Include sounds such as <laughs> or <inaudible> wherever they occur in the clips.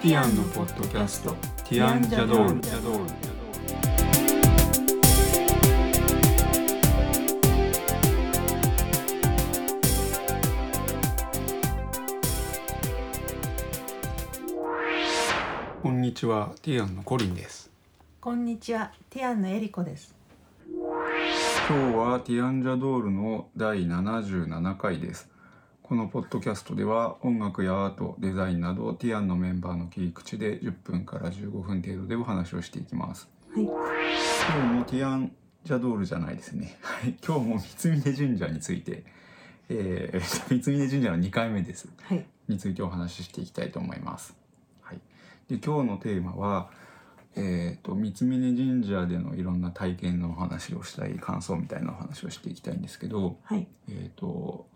ッドキャスト「ティアンジャドール」こんにちはティアンのコリンですこんにちは、ティアンのエリコです。今日はティアンジャドールの第77回ですこのポッドキャストでは音楽やアートデザインなどティアンのメンバーの切り口で10分から15分程度でお話をしていきますはい、今日もティアンジャドールじゃないですね。はい、今日も三峯神社について、えー、 <laughs> 三峯神社の2回目です。はい、についてお話ししていきたいと思います。はい、で今日のテーマは、えー、と三峯神社でのいろんな体験のお話をしたい感想みたいなお話をしていきたいんですけど、はい、えー、と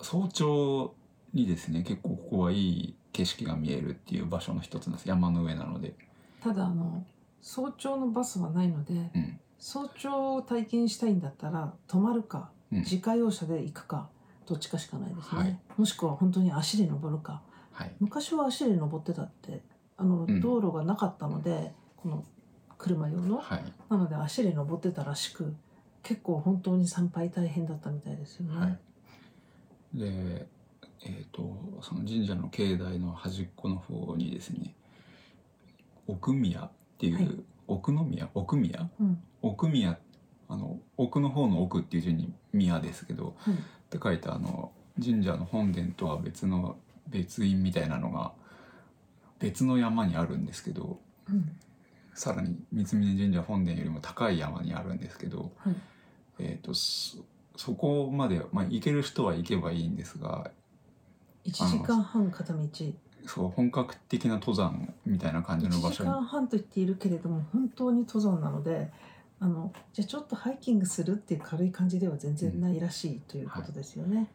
早朝にですね結構ここはいい景色が見えるっていう場所の一つなんです山の上なので。ただあの早朝のバスはないので、うん早朝を体験したいんだったら泊まるか、うん自家用車で行くか、どっちかしかないですね。はいもしくは本当に足で登るか。はい昔は足で登ってたって、あの、うん道路がなかったので、この車用の、はいなので足で登ってたらしく、結構本当に参拝大変だったみたいですよね。はい、で、えー、とその神社の境内の端っこの方にですね奥宮っていう、はい奥の宮奥宮うん、奥宮あの奥の方の奥っていう字に宮ですけどはい、って書いたあの神社の本殿とは別の別院みたいなのが別の山にあるんですけどうん、さらに三峯神社本殿よりも高い山にあるんですけど、はい、えー、とそそこまで、まあ、行ける人は行けばいいんですが一時間半片道。そう本格的な登山みたいな感じの1場時所に間半と言っているけれども本当に登山なのであのじゃあちょっとハイキングするっていう軽い感じでは全然ないらしいということですよね、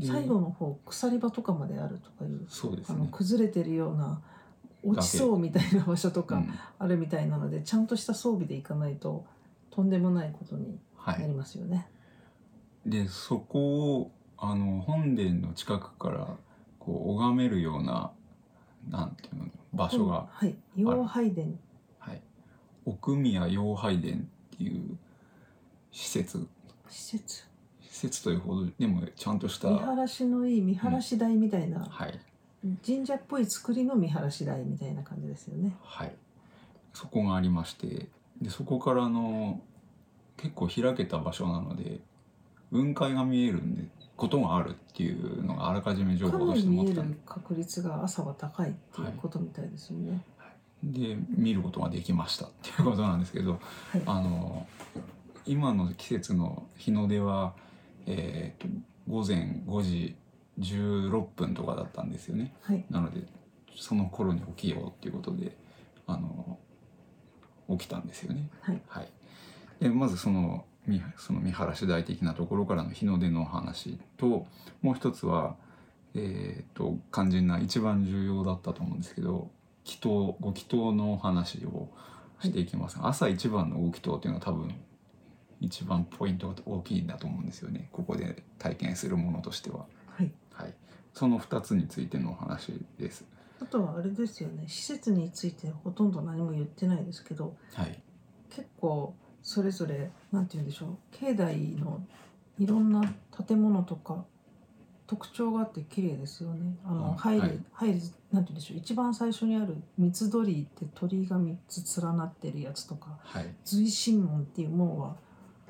で最後の方鎖場とかまであるとかいうそうですあのね、崩れてるような落ちそうみたいな場所とうかんあるみたいなので、ちゃんとした装備で行かないととんでもないことにはなりい、ますよね。でそこをあの本殿の近くからこう拝めるようななんていうの場所が、はい、妖拝殿はい、奥宮洋拝殿っていう施設施設施設というほどでもちゃんとした、見は晴らしのいい見晴らし台みたいな、い神社っぽい作りの見晴らし台みたいな感じですよね。はい、そこがありましてでそこからあの結構開けた場所なので雲海が見えるんでことがあるっていうのがあらかじめ情か報なとしりて持っ見てたえるんで確率が朝は高いっていうことみたいですよね。で見ることができましたっていうことなんですけど、いあの今の季節の日の出は、えーと午前5時16分とかだったんですよね。はい、なのでその頃に起きようっていうことであの起きたんですよね。はい、でまずそのみその見晴らし台的なところからの日の出のお話ともう一つは、えー、と肝心な一番重要だったと思うんですけど祈祷ご祈祷のお話をしていきます、朝一番のご祈祷っていうのは多分一番ポイントが大きいんだと思うんですよねここで体験するものとしては。はい。はい、その2つについてのお話です。あとはあれですよね。施設についてほとんど何も言ってないですけど、はい、結構それぞれなんて言うんでしょう。境内のいろんな建物とか特徴があって綺麗ですよね。あのあ入る、はい入るなんて言うんでしょう。一番最初にある三つ鳥居って鳥居が三つ連なってるやつとか、はい、随神門っていう門は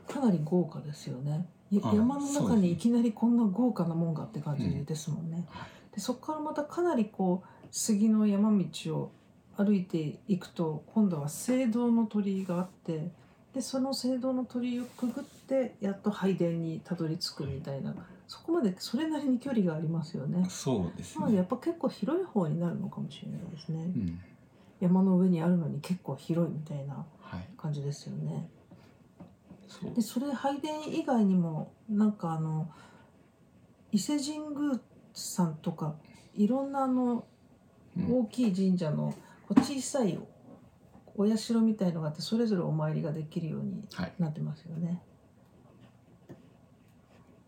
かなり豪華ですよねやあ山のそうで中すねにいきなりこんな豪華な門がって感じうんですもんね、はいでそこからまたかなりこう杉の山道を歩いていくと今度は聖堂の鳥居があってでその聖堂の鳥居をくぐってやっと拝殿にたどり着くみたいなそこまでそれなりに距離がありますよねそうですなのでやねっ。ぱ結構広い方になるのかもしれないですねうん山の上にあるのに結構広いみたいなはい、感じですよねそうでそれ拝殿以外にもなんかあの伊勢神宮さんとかいろんなあのうん大きい神社のこう小さいお社みたいのがあってそれぞれお参りができるようにはい、なってますよね。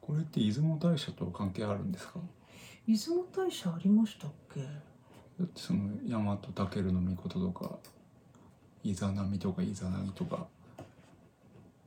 これって出雲大社と関係あるんですか。出雲大社ありましたっけだってその大和武尊の御事とかイザナミとかイザナギとか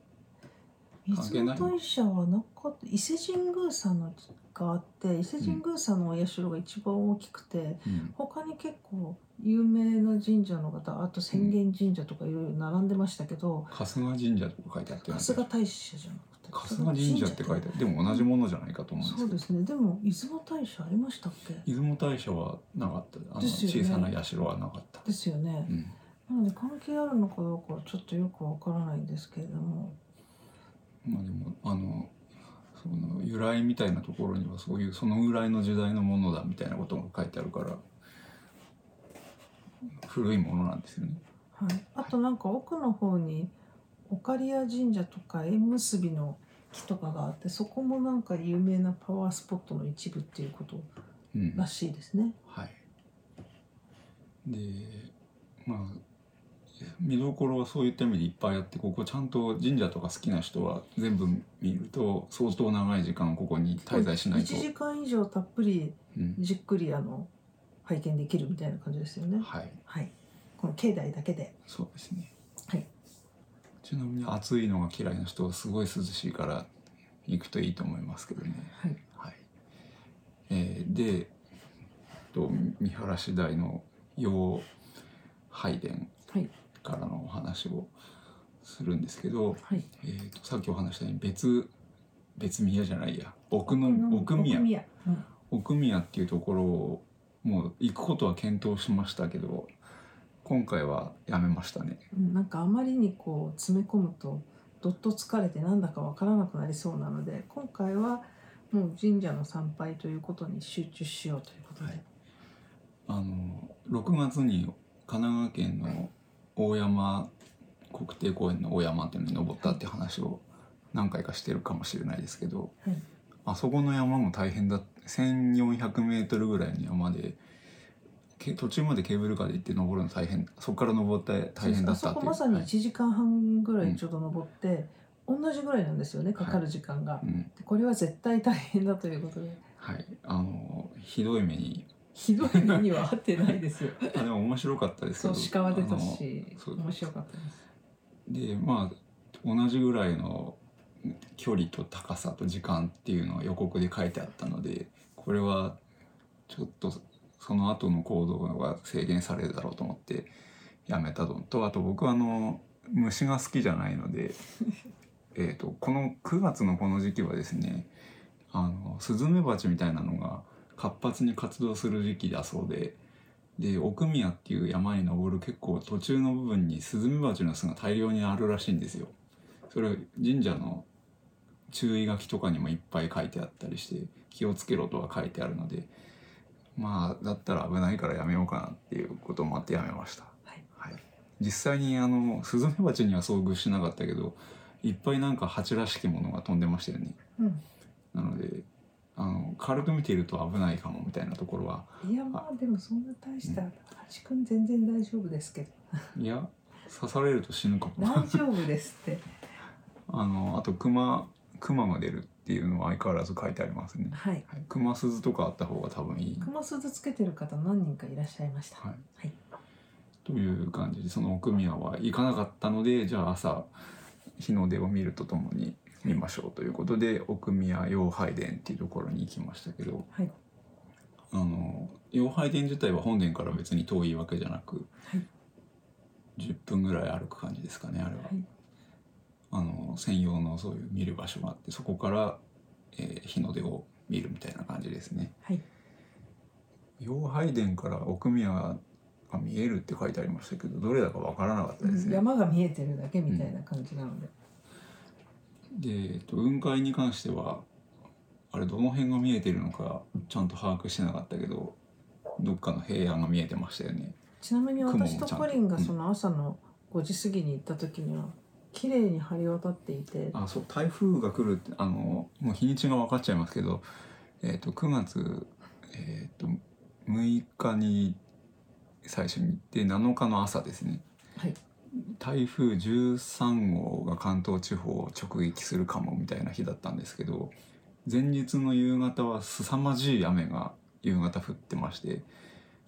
関係な出いの雲大社はなかった伊勢神宮さんのがあって伊勢神宮さんのお社が一番大きくて、うん他に結構有名な神社の方あと浅間神社とかいろいろ並んでましたけど、春日神社とか書いてあって春日大社じゃなくて春日神社って書いてあるでも同じものじゃないかと思うんですそけうどですねでも出雲大社ありましたっけ出雲大社はなかったあのですよね小さな社はなかった、ですよねう、んなので関係あるのかどうかはちょっとよくわからないんですけれどもまあでもあのその由来みたいなところにはそういうそのぐらいの時代のものだみたいなことが書いてあるから古いものなんですよね。はい、あとなんか奥の方にオカリア神社とか縁結びの木とかがあってそこもなんか有名なパワースポットの一部っていうことうん、らしいですね。はい。で、まあ、見どころはそういった意味でいっぱいあって、ここちゃんと神社とか好きな人は全部見ると、相当長い時間ここに滞在しないと1。時間以上たっぷりうん、じっくりあの拝見できるみたいな感じですよね。はい、はい、この境内だけで、そうですね。はい、ちなみに暑いのが嫌いな人はすごい涼しいから行くといいと思いますけどね。はい、はい。えーで、えっと三原市大の洋拝殿はい、からのお話をするんですけど、はい。えー、とさっきお話したように別別宮じゃないや奥の奥奥宮宮うん奥宮っていうところをもう行くことは検討しましたけど今回はやめましたね。うんなんかあまりにこう詰め込むとどっと疲れてなんだかわからなくなりそうなので今回はもう神社の参拝ということに集中しようということで、はいあの6月に神奈川県の大山国定公園の大山っていうのに登ったって話を何回かしてるかもしれないですけど、はいあそこの山も大変だ1400メートルぐらいの山でけ途中までケーブルカーで行って登るの大変そこから登って大変だったあそっていうこまさにはい1時間半ぐらいちょうど登って、同じぐらいなんですよねかかる時間が、うんでこれは絶対大変だということではい、あのひどい目にひどい目には合ってないです <laughs> よあでも面白かったですけそうど鹿は出あたのしそう面白かったですでまあ同じぐらいの距離と高さと時間っていうのは予告で書いてあったのでこれはちょっとその後の行動が制限されるだろうと思ってやめたのとあと僕はあの虫が好きじゃないので <laughs> えーとこの9月のこの時期はですねあのスズメバチみたいなのが活発に活動する時期だそうで。で奥宮っていう山に登る結構途中の部分にスズメバチの巣が大量にあるらしいんですよ。それ神社の注意書きとかにもいっぱい書いてあったりして気をつけろとは書いてあるのでまあだったら危ないからやめようかなっていうこともあってやめました。はい実際にあのスズメバチには遭遇しなかったけどいっぱいなんか蜂らしきものが飛んでましたよね。うんなのであの軽く見ていると危ないかもみたいなところはいやまあでもそんな大した橋くん全然大丈夫ですけどいや刺されると死ぬかも。大丈夫ですってあのあと熊熊が出るっていうのは相変わらず書いてありますね。はい。はい、熊鈴とかあった方が多分いい。熊鈴つけてる方何人かいらっしゃいました。はい。はいという感じでその奥宮は行かなかったのでじゃあ朝日の出を見るとともに見ましょうということで奥宮洋拝殿っていうところに行きましたけど、はいあの洋拝殿自体は本殿から別に遠いわけじゃなく、はい10分ぐらい歩く感じですかねあれは。はい。あの専用のそういう見る場所があってそこから、えー日の出を見るみたいな感じですね。はい。洋拝殿から奥宮が見えるって書いてありましたけどどれだかわからなかったですね。山が見えてるだけみたいな感じなので。で、えっと、雲海に関してはあれどの辺が見えてるのかちゃんと把握してなかったけどどっかの平野が見えてましたよね。ちなみに私雲もとちゃんとコリンがその朝の5時過ぎに行った時には綺麗に張り渡っていて、あそう台風が来るってあのもう日にちが分かっちゃいますけど、えっと9月、えっと6日に最初に行って7日の朝ですねはい。台風13号が関東地方を直撃するかもみたいな日だったんですけど前日の夕方は凄まじい雨が夕方降ってまして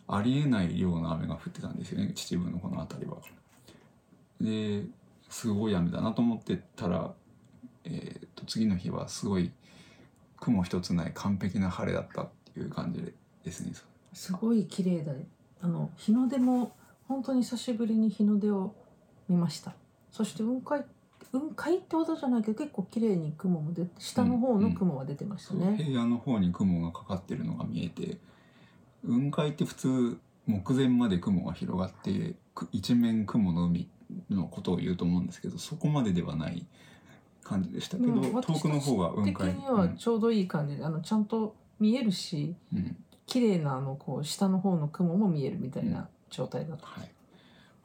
ありえない量の雨が降ってたんですよね秩父のこの辺りは。ですごい雨だなと思ってたら、えーと次の日はすごい雲一つない完璧な晴れだったっていう感じですね。すごい綺麗だあの日の出も本当に久しぶりに日の出を見ましたそして雲海雲海ってほどじゃないけど結構綺麗に雲も出て下の方の雲は出てましたね、平野の方に雲がかかってるのが見えて雲海って普通目前まで雲が広がってく一面雲の海のことを言うと思うんですけどそこまでではない感じでしたけど、うん遠くの方が雲海的にはちょうどいい感じで、あのちゃんと見えるしうんうん綺麗なあのこう下の方の雲も見えるみたいな状態だった、はい、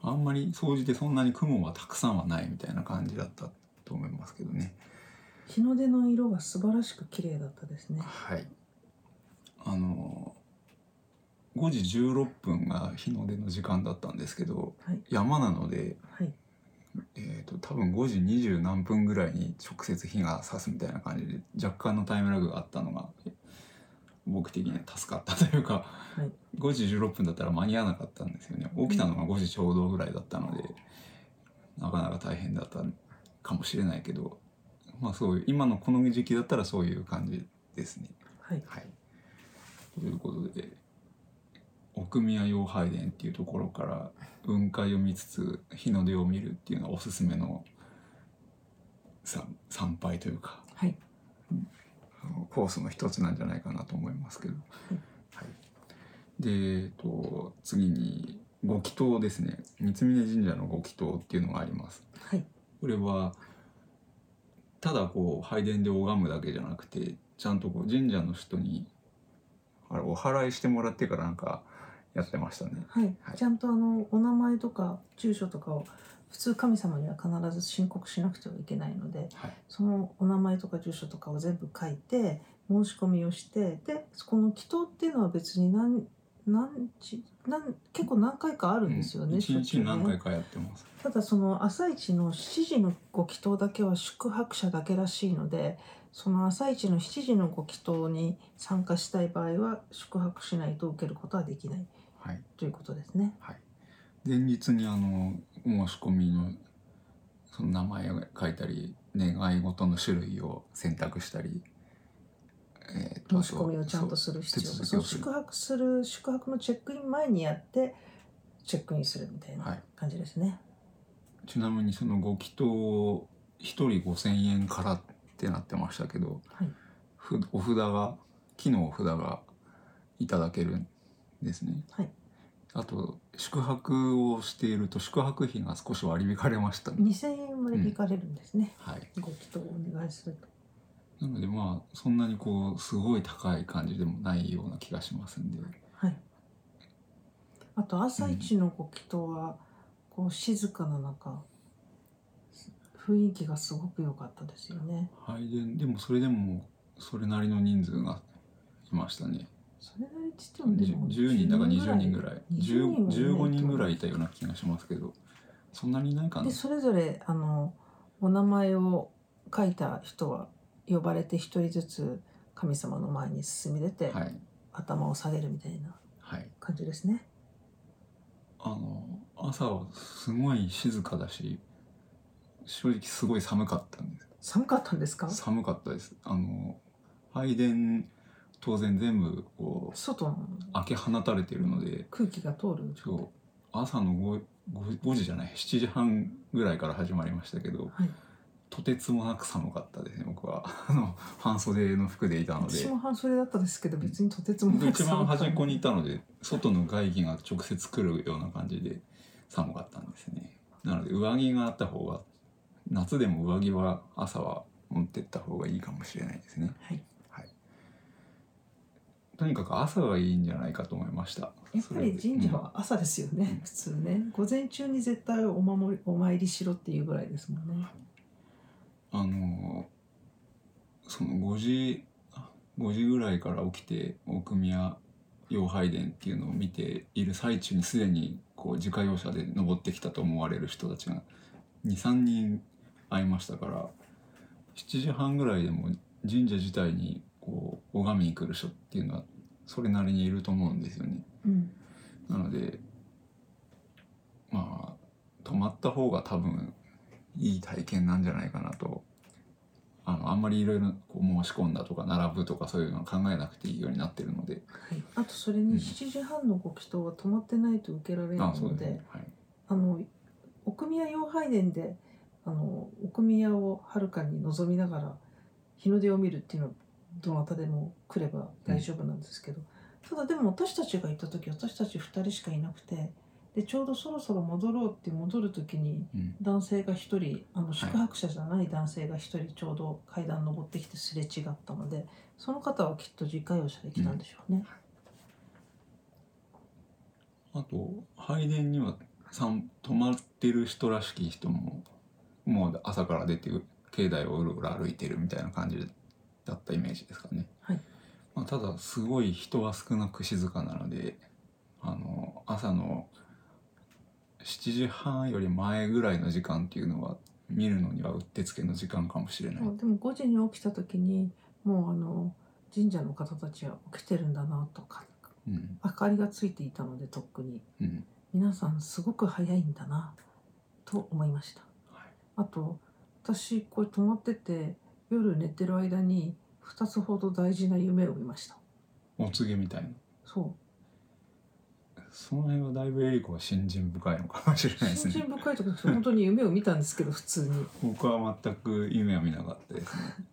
あんまり総じてそんなに雲はたくさんはないみたいな感じだったと思いますけどね。日の出の色が素晴らしく綺麗だったですねはい。あの5時16分が日の出の時間だったんですけど、はい山なので、はいえー、と多分5時20何分ぐらいに直接日が差すみたいな感じで若干のタイムラグがあったのが僕的には助かったというか、い5時16分だったら間に合わなかったんですよね起きたのが5時ちょうどぐらいだったので、なかなか大変だったかもしれないけどまあそういう今のこの時期だったらそういう感じですね。はいはい、ということで奥宮洋拝殿っていうところから雲海を見つつ日の出を見るっていうのはおすすめのさ参拝というかはいあのコースの一つなんじゃないかなと思いますけど、はい、で、えっと、次にご祈祷ですね三峯神社のご祈祷っていうのがあります。はいこれはただこう拝殿で拝むだけじゃなくてちゃんとこう神社の人にあれお祓いしてもらってからなんかやってましたね。はい、はいちゃんとあのお名前とか住所とかを普通神様には必ず申告しなくてはいけないのではい、そのお名前とか住所とかを全部書いて申し込みをしてでこの祈祷っていうのは別に何何時何結構何回かあるんですよね。一日に何し回ょっちゅうねかやってます。ただその朝一の7時のご祈祷だけは宿泊者だけらしいのでその朝一の7時のご祈祷に参加したい場合は宿泊しないと受けることはできないはい、ということですね。前日にあの申し込みのその名前を書いたり願い事の種類を選択したり、えーと申し込みをちゃんとする必要そうが手そ続のきをする宿泊する宿泊のチェックイン前にやってチェックインするみたいはない感じですね。ちなみにそのご祈祷一人5,000円からってなってましたけど、はいふお札が木のお札がいただけるんですね。はいあと宿泊をしていると宿泊費が少し割り引かれましたね。 2000円割り引かれるんですね。はい、ご祈祷をお願いすると。なのでまあそんなにこうすごい高い感じでもないような気がしますんで、はい。あと朝一のご祈祷はこう静かな中雰囲気がすごく良かったですよね。拝殿でもそれでもそれなりの人数がいましたね。それなりって言ってもでも10人だから20人ぐらい10 15 20人はいないと思う人ぐらいいたような気がしますけどそんなにいないかなでそれぞれあのお名前を書いた人は呼ばれて一人ずつ神様の前に進み出て、はい頭を下げるみたいなはい感じですね。あの朝はすごい静かだし正直すごい寒かったんで寒かったんですかす寒かったですあの拝殿当然全部こう外の開け放たれているので空気が通る今日朝の 5, 5時じゃない7時半ぐらいから始まりましたけどはい、とてつもなく寒かったですね僕は <laughs> あの半袖の服でいたので私も半袖だったんですけど別にとてつもなく一番寒かた端っこにいたので外の外気が直接来るような感じで寒かったんですねなので上着があった方が夏でも上着は朝は持ってった方がいいかもしれないですねはい、とにかく朝がいいんじゃないかと思いましたやっぱり神社、は朝ですよね、うん普通ね午前中に絶対お守りお参りしろっていうぐらいですもんね。それでうんあのーその5時5時ぐらいから起きて奥宮洋拝殿っていうのを見ている最中にすでにこう自家用車で登ってきたと思われる人たちが23人会いましたから7時半ぐらいでも神社自体にこう拝みに来る人っていうのはそれなりにいると思うんですよね。うん、なのでまあ泊まった方が多分いい体験なんじゃないかなとあのあんまりいろいろこう申し込んだとか並ぶとかそういうのは考えなくていいようになってるのではい、あとそれうんに7時半のご祈祷は止まってないと受けられないあそうのでで、すね、はい、あの奥宮洋拝殿であの奥宮をはるかに望みながら日の出を見るっていうのはどなたでも来れば大丈夫なんですけど、ただでも私たちが行った時私たち2人しかいなくてでちょうどそろそろ戻ろうって戻る時にうん男性が1人あの宿泊者じゃない男性が1人ちょうど階段登ってきてすれ違ったのでその方はきっと自家用車で来たんでしょうね。あと拝殿には散泊まってる人らしき人ももう朝から出て境内をうろうろ歩いてるみたいな感じだったイメージですかね、はいまあ、ただすごい人は少なく静かなのであの朝の7時半より前ぐらいの時間っていうのは見るのにはうってつけの時間かもしれない、そうでも5時に起きた時にもうあの神社の方たちは起きてるんだなとかうん明かりがついていたのでとっくにうん皆さんすごく早いんだなと思いましたはいあと私これ泊まってて夜寝てる間に2つほど大事な夢を見ましたお告げみたいなそその辺はだいぶエリコは信心深いのかもしれうないです信ね心深いところ本当に夢を見たんですけど普通に僕は全く夢は見なかったですね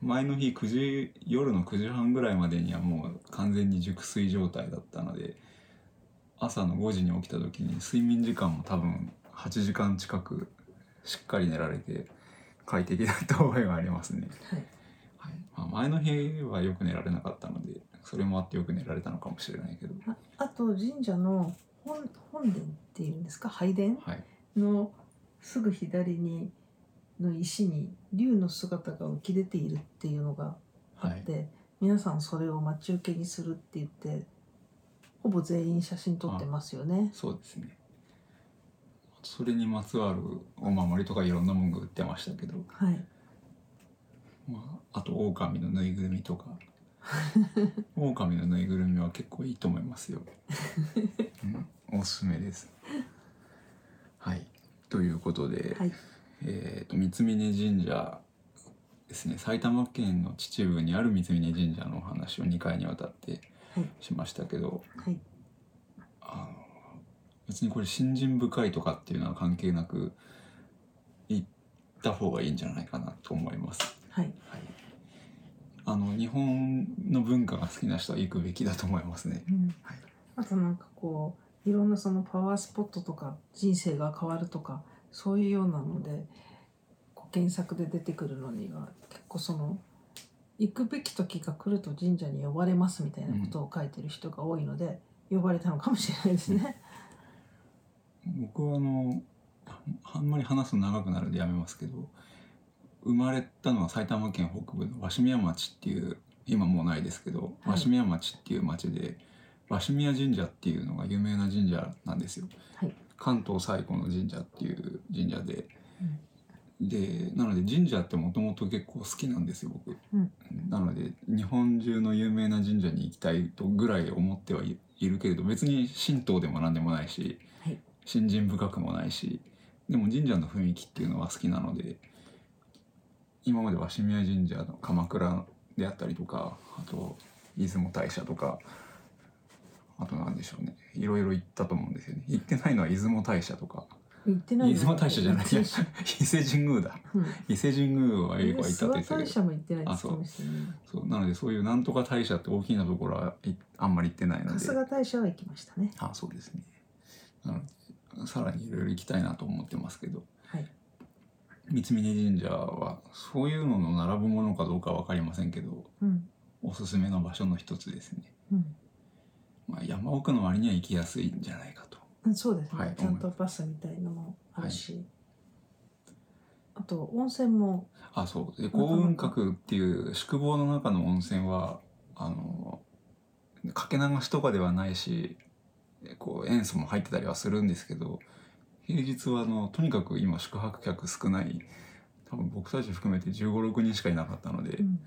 前の日9時夜の9時半ぐらいまでにはもう完全に熟睡状態だったので朝の5時に起きた時に睡眠時間も多分8時間近くしっかり寝られて快適だった覚えがありますね、はいはいまあ、前の日はよく寝られなかったのでそれもあってよく寝られたのかもしれないけどああと神社の本本殿っていうんですか拝殿はいのすぐ左にの石に竜の姿が浮き出ているっていうのがあはっいて、皆さんそれを待ち受けにするって言ってほぼ全員写真撮ってますよね。そうですねそれにまつわるお守りとかいろんなものが売ってましたけどはい、まあ、あと狼のぬいぐるみと <laughs> か狼のぬいぐるみは結構いいと思いますよ、うん、おすすめですはいということで、はいえっ、と三峯神社ですね埼玉県の秩父にある三峯神社のお話を2回にわたってはいしましたけど、はい、あの別にこれ信心深いとかっていうのは関係なく行った方がいいんじゃないかなと思いますはい、あの日本の文化が好きな人は行くべきだと思いますね。うんはいあとなんかこういろんなそのパワースポットとか人生が変わるとかそういうようなのでこう検索で出てくるのには結構その行くべき時が来ると神社に呼ばれますみたいなことを書いてる人が多いので、呼ばれたのかもしれないですね。僕はあのああんまり話すの長くなるんでやめますけど生まれたのは埼玉県北部の鷲宮町っていう今もうないですけど、はい鷲宮町っていう町で鷲宮神社っていうのが有名な神社なんですよ。はい関東最古の神社っていう神社で、でなので神社ってもともと結構好きなんですよ僕、うんなので日本中の有名な神社に行きたいとぐらい思ってはいいるけれど別に神道でも何でもないし、はい信心深くもないしでも神社の雰囲気っていうのは好きなので今まで鷲宮神社の鎌倉であったりとかあと出雲大社とかあと何でしょうねいろいろ行ったと思うんですよね行ってないのは出雲大社とか行ってない出雲大社じゃない行ってやし伊勢神宮だうん伊勢神宮は英語は行ったって言ってた諏訪け大ど社も行ってないあですそかうもしれないそうなのでそういうなんとか大社って大きなところはいあんまり行ってないので春日大社は行きましたね。あそうですねなのでさらにいろいろ行きたいなと思ってますけどはい。三峯神社はそういうのの並ぶものかどうか分かりませんけどうん。おすすめの場所の一つですね、うんまあ、山奥の割には行きやすいんじゃないかとうん。そうですね。はいちゃんとバスみたいのもあるし、あと温泉もあそうでかなか幸運閣っていう宿坊の中の温泉はあのかけ流しとかではないしこう塩素も入ってたりはするんですけど平日はあのとにかく今宿泊客少ない多分僕たち含めて1 5 6人しかいなかったので、うん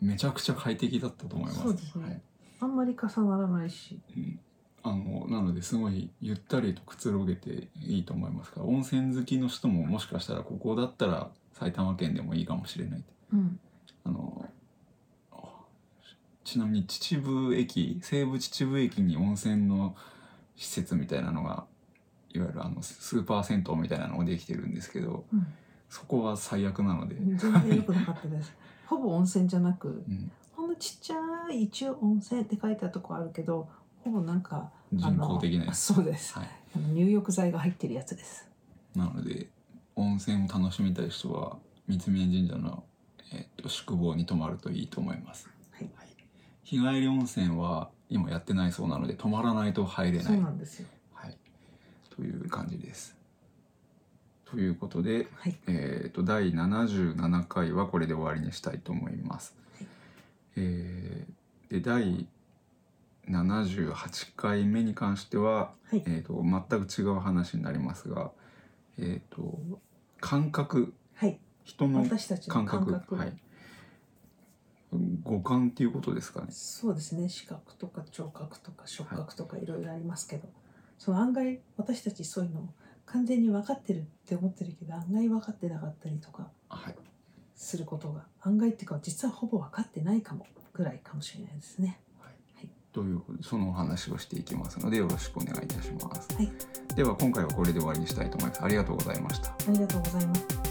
めちゃくちゃ快適だったと思います。そうですねはいあんまり重ならないし、うんあのなのですごいゆったりとくつろげていいと思いますから温泉好きの人ももしかしたらここだったら埼玉県でもいいかもしれないうんあのちなみに秩父駅西武秩父駅に温泉の施設みたいなのがいわゆるあのスーパー銭湯みたいなのができてるんですけどうんそこは最悪なので、全然良くなかったです。 <laughs> ほぼ温泉じゃなく、うん、ほんのちっちゃい一応温泉って書いてあるとこあるけど、ほぼなんかあ人の工的なやつ、そうです。はい、あの入浴剤が入ってるやつです。なので温泉を楽しみたい人は三峯神社の、えっと宿坊に泊まるといいと思います、はい日帰り温泉は今やってないそうなので泊まらないと入れそなういなんですよ。はい、という感じです。ということで、はいえー、と第77回はこれで終わりにしたいと思います。はいえーで第78回目に関しては、はいえー、と全く違う話になりますが、えー、と感覚はい。人の私たちの感感覚覚。はい、五感っていうことですかね。そうですね。視覚とか聴覚とか触覚とかいろいろありますけど、その案外私たちそういうの完全に分かってるって思ってるけど案外分かってなかったりとかはい、することが案外っていうか実はほぼ分かってないかもぐらいかもしれないですね。というそのお話をしていきますのでよろしくお願いいたします、はいでは今回はこれで終わりにしたいと思いますありがとうございましたありがとうございます。